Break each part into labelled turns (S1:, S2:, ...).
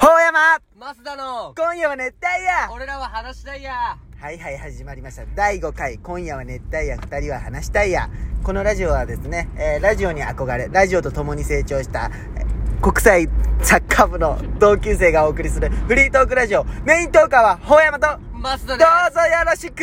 S1: ほうやま
S2: マスダの
S1: 今夜は熱帯夜
S2: 俺らは話したいや
S1: はいはい始まりました第5回今夜は熱帯夜2人は話したいやこのラジオはですね、えーラジオに憧れラジオと共に成長したえー国際サッカー部の同級生がお送りするフリートークラジオメイントーカーはほうやまとど
S2: マスダ
S1: う
S2: で
S1: ぞ
S2: す
S1: よろしく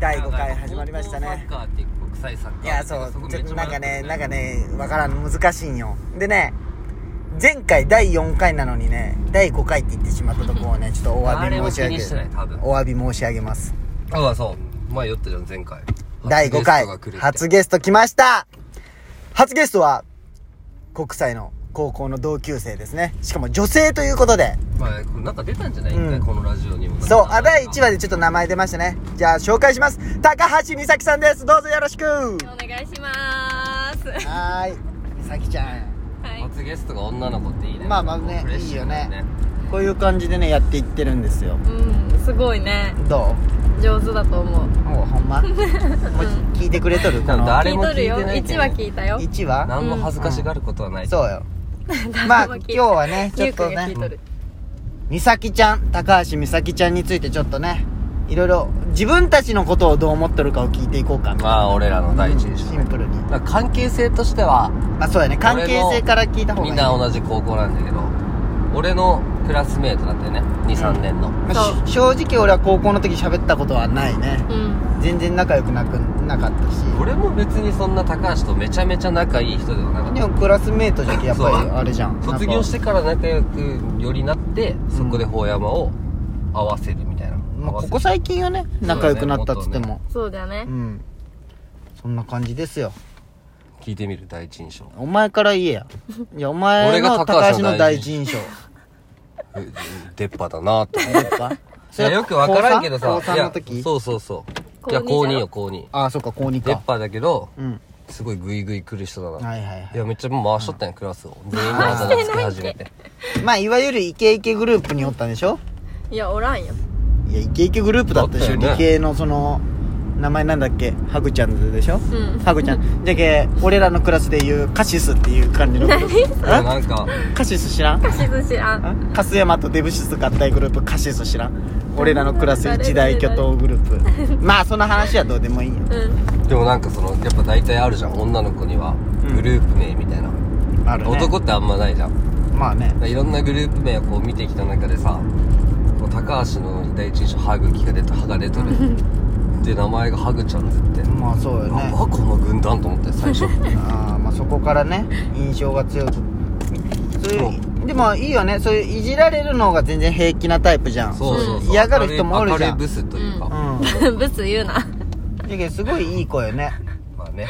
S1: 第5回始まりましたね
S2: 高校サッカーって国際サッカー
S1: いやそう
S2: こめ
S1: ちょ
S2: っ
S1: っ
S2: ち
S1: と
S2: ゃ
S1: なんかね
S2: 迷
S1: なん
S2: った
S1: か
S2: んです
S1: ねわからん難しいんよでね前回第4回なのにね第5回って言ってしまったとこを ねちょっとお詫び申し上
S2: 誰も気にしてない多
S1: げ
S2: 分
S1: お詫び申し上げます
S2: ああそう前酔ったじゃん前回
S1: 第5回初
S2: 初ゲス
S1: ゲスト来ました初ゲストは国際の高校の同級生ですねしかも女性ということで
S2: トが来るってまあなんか出たんじゃない一
S1: うん
S2: 回このラジオにも
S1: そうあ第1
S2: 話
S1: 話でちょっと名前出ましたねじゃあ紹介します高橋美咲さんですどうぞよろしく
S3: お願いします。
S1: はーい美咲ちゃん
S3: はい。
S2: 初ゲストが女の子っていいね
S1: まあまあね
S2: フレッシュだ
S1: いいよこういう感じでねやっていってるんですよ
S3: うん、すごいね。
S1: ど
S3: 上手だと思う。
S1: うもうほん まもう聞いてくれとるこ
S2: なん
S1: の
S2: だあれ
S3: 聞い
S2: も
S3: と
S2: 聞い
S3: る
S2: てない
S3: よ。
S2: けどね
S3: 1話聞いたよ。
S1: 1話
S2: 何も恥ずかしがることはない
S1: そう よまあ
S3: 誰も
S1: 今日
S3: 聞いてない
S1: はねちょ
S3: ゆ
S1: っ
S3: うく
S1: と
S3: んが聞
S1: ね
S3: いとる。
S1: 美咲ちゃん高橋美咲ちゃんについてちょっとねいろいろ自分たちのことをどう思ってるかを聞いていこうかな
S2: まあ俺らの第一印
S1: シ
S2: 象
S1: ンプルに
S2: だから関係性としては
S1: まあそうやね関係性から聞いた方がいい
S2: みんな同じ高校なんだけど俺のクラスメートだったよね23年の、
S1: まあし正直俺は高校の時喋ったことはないね
S3: うん。
S1: 全然仲良くなくなかったし
S2: 俺も別にそんな高橋とめちゃめちゃ仲いい人ではなかっ
S1: で
S2: た
S1: もクラスメートじゃけやっぱ
S2: そう
S1: りあれじゃん
S2: 卒業しててから仲良くよりなってそこで法山を合わせるみたいな、
S1: まあ
S2: 合わせ
S1: ここ
S2: る
S1: 最近はね仲良くなったっつっても
S3: そうだね
S1: う。んそんな感じですよ
S2: 聞いてみる第一印象
S1: お前から言えやいやお前
S2: 俺
S1: の
S2: が
S1: 高
S2: 高
S1: 橋
S2: 橋
S1: の第
S2: の第
S1: 一
S2: 一
S1: 印象
S2: え出っ歯だな って
S1: どうですか
S2: いやよくわからんけどさ
S1: 高三
S2: い
S1: 高三
S2: や
S1: の時
S2: そうそうそういや
S3: 高
S2: 高
S3: 二じゃ
S2: 2
S3: ん
S2: よ高2
S1: ああそうか高2
S2: 出っ
S1: か
S2: 歯だけど
S1: うん
S2: すごいグイグイ来る人だな、
S1: はいはいはい
S2: いやめっちゃ回しとったんや、クラスを全員があだ名つけ始めて
S1: まあいわゆるイケイケグループにおったんでしょ
S3: いや、おらんよ。
S1: いやイケイケグループだったでしょ、
S2: だったよね
S1: 理系のその名前なんだっけハグちゃんズでしょ、
S3: ん
S1: ハグちゃんじゃけ俺らのクラスでいうカシスっていう感じのグループ
S2: でも
S1: あ
S2: なんか
S1: カシス知らん
S3: しずしあん。
S1: あカスヤマとデブシス合体グループカシス知らん俺らのクラス一大巨頭グループまあその話はどうでもいいよ
S3: うん。
S2: でもなんかそのやっぱ大体あるじゃん女の子には
S1: うん
S2: グループ名みたいな、
S1: あるね
S2: 男ってあんまないじゃんだか
S1: まあね
S2: らいろんなグループ名をこう見てきた中でさこう高橋の第一印象歯茎が出た歯が出と るで名前がハグちゃんズって、
S1: まあそうよ
S2: なん
S1: ね
S2: だこの軍団と思って最初
S1: あーまあそこからね印象が強くそういうでもいいよねそういういじられるのが全然平気なタイプじゃん
S2: そうそうそう
S1: 嫌がる人もおるじゃ
S2: 明るい
S1: ん
S2: ブスというか、
S3: う
S1: うん
S3: ブス言うな。
S1: だけどすごいいい子よね
S2: まあね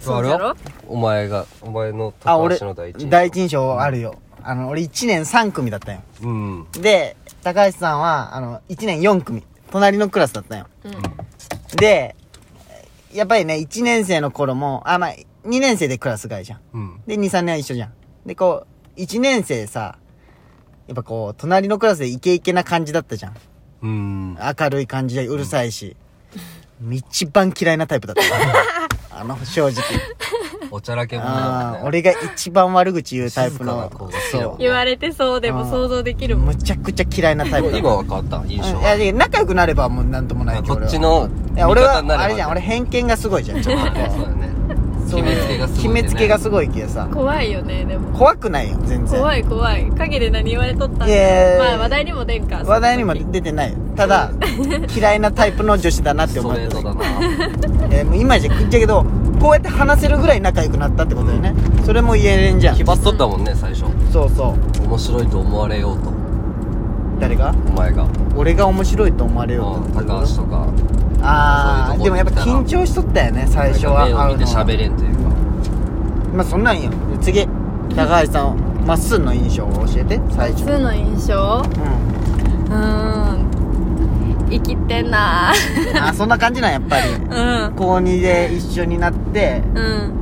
S3: そうじゃろ
S2: あれはお前がお前の
S1: あ
S2: 高
S1: 俺
S2: 橋の第一印象
S1: 第一印象あるよあの俺1年3組だったんよ
S2: うん
S1: で高橋さんはあの1年4組隣のクラスだったんよ
S3: うん。
S1: でやっぱりね1年生の頃もあまあ2年生でクラス外じゃん
S2: うん
S1: で、2、3年は一緒じゃん。で、こう、1年生さ、やっぱこう、隣のクラスでイケイケな感じだったじゃん。
S2: うん
S1: 明るい感じでうるさいし。一番嫌いなタイプだ った。あの、正直。
S2: おちゃらけも
S1: あ
S2: ね
S1: ー俺が一番悪口言うタイプ
S2: 静
S1: の
S2: かな子が好きだも
S1: そ
S2: んね
S3: 言われてそうでも想像でき
S1: う。
S3: るもん。
S1: むちゃくちゃ嫌いなタイプだ
S2: 今は変わった印象
S1: うんい
S2: は
S1: や、で仲良くなればもうなんともないけど。
S2: こっち
S1: 俺は。
S2: の
S1: いや、俺は、
S2: 味方になば
S1: あれじゃん、俺偏見がすごいじゃん。ちょっとこ
S2: そうだね
S1: う
S2: 決めつけがすご
S1: 決
S2: いんでね
S1: めつけがすごいけどさ。
S3: 怖いよね、でも。
S1: 怖くないよ、全然。
S3: 怖い怖い。陰で何言われとったん
S1: いやいやいや
S3: だまあ話題にも出んか。
S1: 話題にも
S3: その時
S1: 出てないただ嫌いなタイプの女子だなって
S2: ス
S1: 思
S2: ト
S1: っ
S2: レ
S1: て
S2: ートだ
S1: た
S2: な
S1: えーもう今じゃくっちゃけどこうやって話せるぐらい仲良くなったってことだよね、それも言えれんじゃん
S2: 奇抜とったもんね最初
S1: そうそう
S2: 面白いと思われようと
S1: 誰が
S2: お前が
S1: 俺が面白いと思われよう
S2: う
S1: んと
S2: 高橋とか
S1: ああ
S2: そういうとこ
S1: でもやっぱ緊張しとったよね最初は
S2: 目を見て
S1: 会うの
S2: 喋れんというか
S1: まあそんなんよで次高橋さんまっすーの印象を教えて最初
S3: 普通の印象
S1: う
S3: うーん。生きてんな。
S1: んあーそんな感じなんやっぱり
S3: うん。
S1: 高2で一緒になって
S3: うん。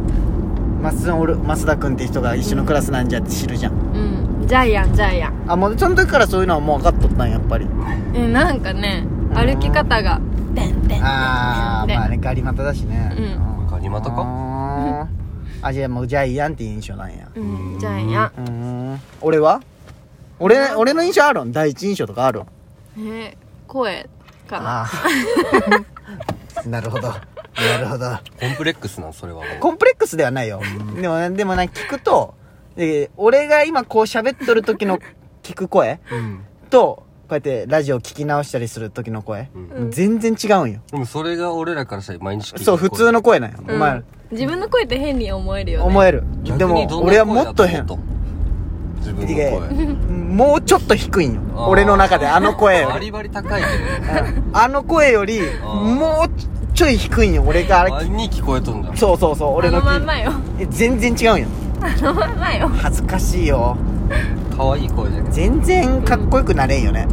S1: まっすーおる増田君って人が一緒のクラスなんじゃって知るじゃん
S3: うん。ジャイアン、ジャイアン。
S1: あもうその時からそういうのはもう分かっとったんやっぱり
S3: えなんかね歩き方が「てんてんてんてんてん」
S1: あーまあねガリ股だしね
S3: うん
S2: ガリ股か
S1: かあじゃあもうジャイアンって印象なんや
S3: うんジャイアン
S1: うーん俺は俺俺の印象あるん第一印象とかあるん
S3: え声かな
S1: ああなるほどなるほど
S2: コンプレックスなんそれはもう
S1: コンプレックスではないよでもでもな聞くと、えー俺が今こう喋っとる時の聞く声
S2: うん
S1: とこうやってラジオ聞き直したりする時の声、
S3: うん
S1: 全然違うんよ
S2: でもそれが俺らからしたら毎日聞いてる
S1: そう普通の声なんよ、
S3: うん
S1: お前
S3: 自分の声って変に思えるよね
S1: 思える
S2: 逆
S1: で
S2: に
S1: も
S2: どんな声
S1: 俺はもっと
S2: だ
S1: 変
S2: 思う自分の
S1: で
S2: 声
S1: もうちょっと低いんよ
S2: あー
S1: 俺の中であの声 よ
S2: バ
S1: り
S2: リバリ高いけどね
S1: うんあの声より
S2: ー
S1: もうちょい低いんよ俺があれ
S2: あに聞こえとんじゃん
S1: そうそうそう
S3: あ
S1: 俺の
S3: の
S1: 聞い
S3: まんまよ
S1: え全然違うんよ
S3: あのまんまよ
S1: 恥ずかしいよ
S2: 可愛い声じゃん
S1: 全然かっこよくなれんよね、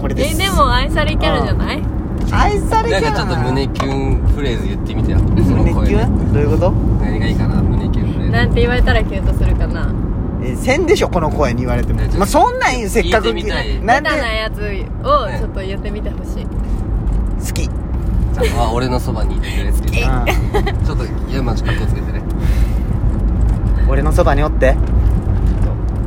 S1: これで
S3: え
S1: す
S3: でも愛されキャラじゃない
S1: 愛されキ
S2: な
S1: ャ
S2: ん
S1: ラ
S2: かちょっと胸キュンフレーズ言ってみてよその
S1: 胸
S2: 声
S1: キ
S2: で
S1: ュンどういうこと
S2: 何がいいかな胸キュンフレーズ
S3: なんて言われたらキュンとするかな
S1: えーせんでしょこの声に言われても
S2: ねちょっ、と
S1: まあ、そんなんいいよせっかく
S2: 聞いてみたい
S1: な
S3: ベタ
S1: ん
S3: な
S1: で
S3: やつをちょっと言ってみてほしい
S1: 好き
S2: じゃああ俺のそばにいてくれって言って
S1: う
S2: ちょっと山ちかっこつけてね
S1: ん俺のそばにおって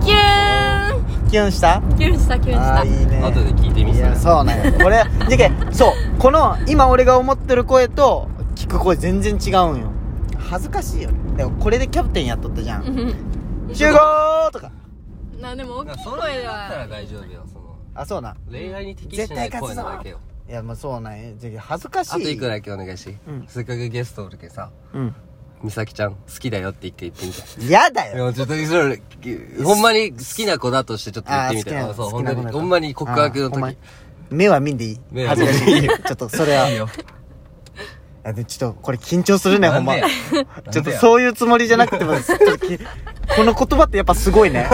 S3: キュー
S1: キュンした
S3: ンキュンしたキュン
S1: あ
S3: した
S1: あーいいね
S2: 後で聞いてみ
S1: い
S2: せ
S1: やそうなんよ俺じゃけそうこの今俺が思ってる声と聞く声全然違うんよ恥ずかしいよねでもこれでキャプテンやっとったじゃん
S3: うん
S1: 集合とか
S3: なでも大きい
S2: そ
S3: 声
S2: れ
S3: で
S2: だったら
S3: は
S2: 大丈夫よその
S1: あそうなん
S2: 恋愛に適してない声なだけよ
S1: いやまあそうなんよじゃけ恥ずかしい
S2: あといくらだけお願いし
S1: うん
S2: せっかくゲストおるけさ
S1: うん
S2: 美咲ちゃん好きだよって言って言ってみて
S1: 嫌だ
S2: い
S1: よ
S2: やちょっとそれほんまに好きな子だとしてちょっと言ってみて
S1: あー
S2: あそ
S1: 好
S2: うほ
S1: き
S2: ん
S1: な
S2: ま
S1: 好きな子だ
S2: に
S1: と
S2: ほんまに告白の
S1: あーほんまに
S2: 時
S1: 目は見んでいい
S2: 目は
S1: 恥
S2: 見ん
S1: ず
S2: で
S1: か
S2: いい
S1: し いちょっとそれはい
S2: いよ
S1: あでちょっとこれ緊張するねほんま
S2: なんで
S1: ちょ
S2: や
S1: っと
S2: なんでや
S1: そういうつもりじゃなくても ちょっときこの言葉ってやっぱすごいね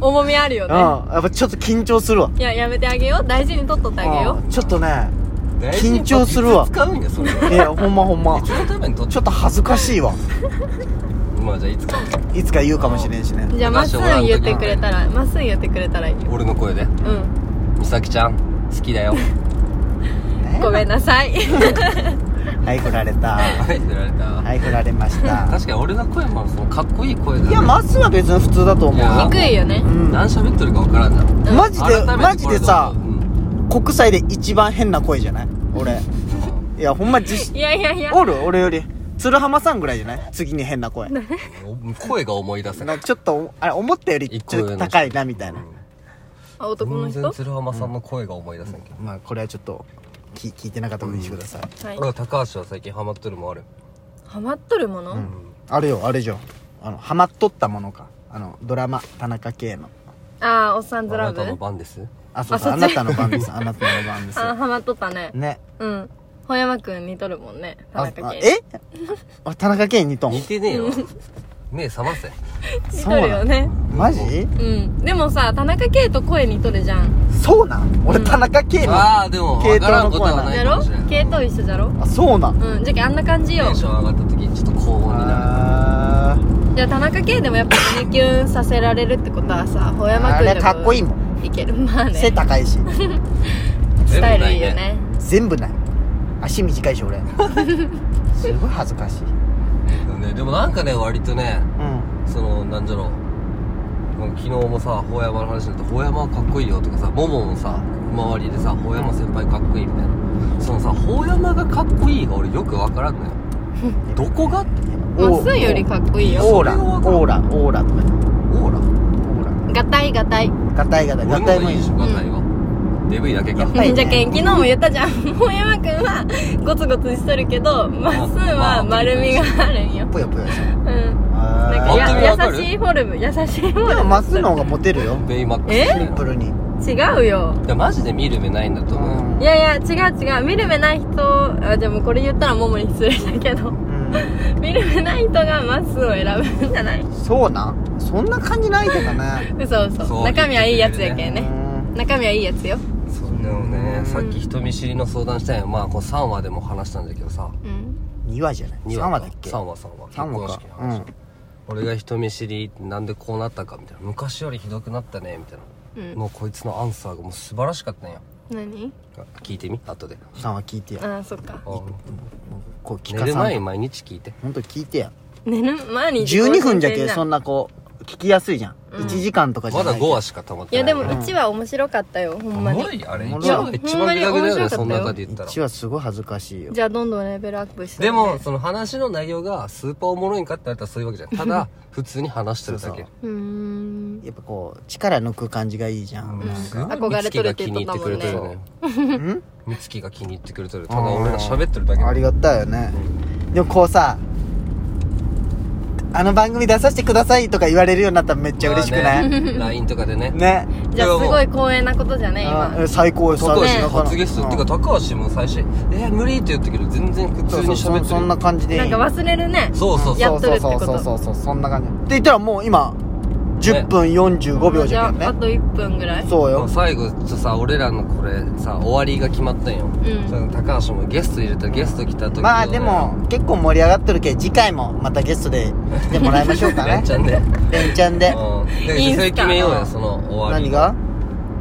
S3: 重みある
S1: う
S3: よ
S1: ん
S3: ね
S1: やっぱちょっと緊張するわ
S3: いややめてあげよう大事に取っとってあげよ
S1: うんちょっとね
S2: 大事に
S1: 緊張するわ
S2: いつ使うんだよそれ
S1: いやほんまほんま
S2: 一のためにとっ
S1: ちょっと恥ずかしいわ
S2: まあじゃあいつか
S1: いつか言うかもしれんしね
S3: うじゃあまっすん言ってくれたらまっすん言ってくれたらいいよ
S2: 俺の声で
S3: うん
S2: 美咲ちゃん好きだよ
S3: ごめんなさい
S1: はい振られた
S2: はい振られた
S1: はい振られました
S2: 確かに俺の声もそのかっこいい声だね
S1: いやまっすーは別に普通だと思う
S2: いや
S1: よ
S3: 低いよね
S1: うん
S2: 何喋っとるか分からんじゃん
S1: マジで
S2: 改めてこれどう
S1: マジでさ
S2: うん
S1: 国際で一番変な声じゃない俺いやほんま実
S3: いやいやいや
S1: おる俺より鶴浜さんぐらいじゃない次に変な声な
S2: お声が思い出せない
S1: んかちょっとあれ思ったより
S2: 一
S1: ち
S2: 個
S1: ょ
S2: 上
S1: っ
S2: の
S1: と
S2: 人
S1: 高いなみたいな
S3: あ男の
S2: 全
S3: 人
S2: 然鶴浜さんの声が思い出せんけど
S1: まあこれはちょっと聞聞いてなかったことにしてください
S3: はい
S2: 俺は高橋は最近ハマっとるもんある
S3: ハマっとるもの、
S1: あれよあれじゃんあのハマっとったものかあのドラマ田中圭の
S3: ああおっさんず
S2: あ
S3: ラ
S2: な
S3: ブ
S2: たの番です
S1: あそうそう
S3: あ
S1: あなたの番 ですあなたの番です
S3: ああハマっとったね
S1: ね
S3: うん本山くん似とるもんね田
S1: あ
S3: 中
S1: あ
S3: 圭
S1: えあ田中圭にとん
S2: 似てねえよ目覚ませ
S3: 似とるよね
S1: マジ
S3: うんでもさ田中圭と声似とるじゃん
S1: そうなん俺田中圭の
S2: ああでも分からんことはな
S1: あ
S2: い
S3: や
S2: か
S3: ろ
S2: もしれん
S3: 圭と一緒じゃろ
S1: あそうなん
S3: うんじゃけあんな感じ
S2: テ
S3: よ
S2: ンション上がった時にちょっと高音になる
S1: あ
S3: じゃあ田中圭でもやっぱ胸キュンさせられるってことはさ本
S1: ー
S3: 山
S1: あ
S3: くん
S1: れ
S3: でも
S1: かっこいいもん
S3: いけるまあ
S1: 背
S3: ね
S1: 高いし
S3: スタイルいいよね
S1: 全部ない足短いし俺 すごい恥ずかしい
S2: ねでもなんかね割とね
S1: うん
S2: そのなんじゃろう昨日もさ法山の話になって「法山はかっこいいよ」とかさもももさ周りでさ「法山先輩かっこいい」みたいなそのさ法山がかっこいいが俺よく分からんのよどこが
S3: まっすんよりかっこいいよ
S1: オーラオーラオーラとか
S2: オーラ
S1: オーラ
S3: ガタイガタイ
S1: ガタイガタイガタ
S2: 俺
S1: イ
S2: の
S1: もい
S2: がいい
S1: い
S2: でしょガタイは、デブいだけか
S1: ぱりね
S3: じゃけん昨日も言ったじゃん本山くんはゴツゴツしとるけどまっすんは丸みがあるんよ
S1: ぷよぷよして
S3: うん
S1: あ
S3: なん
S1: ー
S3: か
S2: 本当にわか
S3: や
S2: る
S3: 優しいフォルム優しいフォ
S1: で
S3: ル
S1: も
S3: ム
S1: まっすーの方がモテるよ
S2: ベイマックス
S3: え
S1: シンプルに
S3: 違うよ
S2: いやマジで見る目ないんだと思うよ、
S3: いやいや違う違う見る目ない人あでもこれ言ったらももに失礼だけど
S1: うん
S3: 見る目ない人がまっすんを選ぶんじゃない
S1: そうなんそんな感じないけどね
S3: 嘘嘘
S2: そう
S3: 中身はいいやつやけんね
S1: うん
S3: 中身はいいやつよ
S2: そうだよね、さっき人見知りの相談したんやまあこう3話でも話したんだけどさ
S3: うん
S1: 2話じゃない
S2: 二
S1: 3
S2: か
S1: 話だっけ
S2: 3話3話
S1: 3話か
S2: 結婚式の話、俺が人見知りなんでこうなったかみたいな昔よりひどくなったねみたいな、
S3: うん
S2: のこいつのアンサーがもう素晴らしかったんや
S3: 何
S2: 聞いてみ後で
S1: 3話聞いてや
S3: ああそっか
S2: あ
S1: こう聞
S2: 寝
S1: か
S2: る
S1: さ
S2: 前
S1: ん
S2: に
S1: と
S2: 毎日聞いて
S1: ほんと聞いてや
S3: 寝る前に
S1: 12分じゃけ
S3: ん
S1: そんなこう聞きやすいじゃん、
S3: うん
S1: 1時間とかじゃ
S2: ま
S1: ない
S2: だ5話しか溜まっ
S3: い
S2: て
S3: や
S2: な
S3: で
S2: い
S3: も
S2: から
S3: 1話面白かったよほんま
S2: おも
S3: に
S2: ろいあれ
S1: おもろい
S2: 一話が一番グダグダよ
S3: いや
S2: ねそ
S3: ほん
S2: の
S3: まに
S2: 中
S3: 面白かったよ
S2: で言ったら
S1: 1話すごい恥ずかしいよ
S3: じゃあどんどんレベルアップして
S2: でもその話の内容がスーパーおもろいんかって言われたらそういうわけじゃないただ普通に話してるだけ
S1: そう
S3: うーん
S1: やっぱこう力抜く感じがいいじゃん、
S2: うんすごい
S3: 憧れとるっ
S2: 美月が気
S3: て言
S2: に
S3: っ
S2: 入
S3: と
S2: っくれ
S3: ってたもんね
S2: てるね
S1: ん
S2: 美月が気に入ってくれてるただ俺ら喋ってるだけ
S1: ありがたいよね、でもこうさあの番組出させてくださいとか言われるようになったらめっちゃ嬉しくない、
S2: まあ ね LINE とかでね
S1: ね
S3: じゃあすごい光栄なことじゃね
S1: あ
S3: 今
S1: え最高よ
S2: 高橋
S3: ね
S2: の発ゲストっていう
S1: か
S2: か高橋も最初「えー無理」って言ったけど全然普
S1: そ
S2: 通
S1: う
S2: に
S1: そうそ
S2: 喋っ
S1: ん
S2: て
S1: そんな
S2: る
S1: 感じでいい
S3: なんか忘れるね
S2: そうそうそう
S3: やっとるってこと
S1: そうそうそうそうそんな感じって言ったらもう今10分45秒じゃん
S3: じ
S1: け
S3: ゃああ
S1: んね
S3: と1分ぐらい
S1: そう
S2: まあ
S1: よ
S2: 最後ちょっとさ俺らのこれさ終わりが決まったんよ
S3: ん
S2: その高橋もゲスト入れたゲスト来た時のね
S1: まあでも結構盛り上がってるけ次回もまたゲストで来てもらいましょうか
S2: レ
S1: ね
S2: ンちゃんで
S1: レンちゃんで
S2: うん
S3: いいん
S2: で
S3: す
S2: それ決
S3: か
S2: めようよその終わ
S1: 何
S2: り
S1: が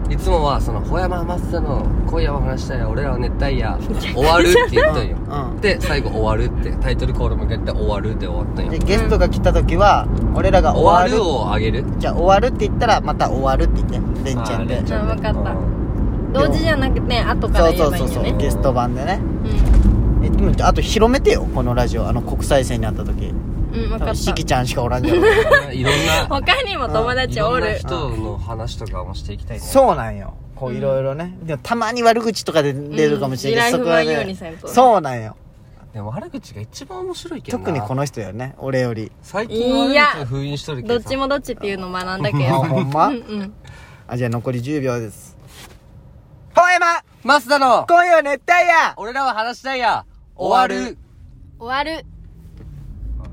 S2: いつもはその「小山松田の今夜は話したいや俺らは熱 帯夜」「終わる」って言ったんよ
S1: うんうん
S2: で最後「終わる」ってタイトルコールも言って「終わる」で終わったん
S1: で
S2: よ
S1: ゲストが来た時は俺ら
S2: 「
S1: が
S2: 終
S1: 終
S2: わ
S1: わ
S2: る」
S1: る
S2: をあげる
S1: じゃあ終わるって言ったらまた終わるって言ってレンちゃんで
S2: あーレンちゃんで
S3: あーわかった
S2: うん
S3: 同時じゃなくて後か
S1: そ
S3: ら
S1: う
S3: 言
S1: そ
S3: え
S1: うそ
S3: ばいいん
S1: うそ
S3: だよ
S1: う
S3: ね
S1: ゲスト版でね
S3: う
S1: えでもあと広めてよこのラジオあの国際線にあった時
S3: んうん分かっ
S1: し
S3: た
S1: きちゃんしかおらん じゃろ
S2: いろんな
S3: 他にも友
S2: い
S3: 達
S2: ろ
S3: お
S2: んな
S3: る
S2: 人の話とかもしていきたいね
S1: そうなんよこういろいろね、でもたまに悪口とかで出るかもしれないけど、
S3: う
S1: そ
S3: ん
S1: こは
S3: 依頼不満よう
S1: ね
S3: にせんと
S1: そうなんよ
S2: でも悪口が一番面白いけどな
S1: 特にこ
S2: の
S1: の人よね俺より
S2: 最近悪
S3: いや
S2: 口を封印しとるけ
S3: ど
S2: ど
S3: っ
S2: さ
S3: ちもどっちっていうのを学んだけ
S1: あ
S3: ど
S1: ほんま
S3: うんうん
S1: あじゃあ残り10秒ですほえま
S2: マスダの
S1: 今夜は熱帯夜
S2: 俺らは話したいや終わ
S1: 終わ
S2: る
S1: る
S3: 終わる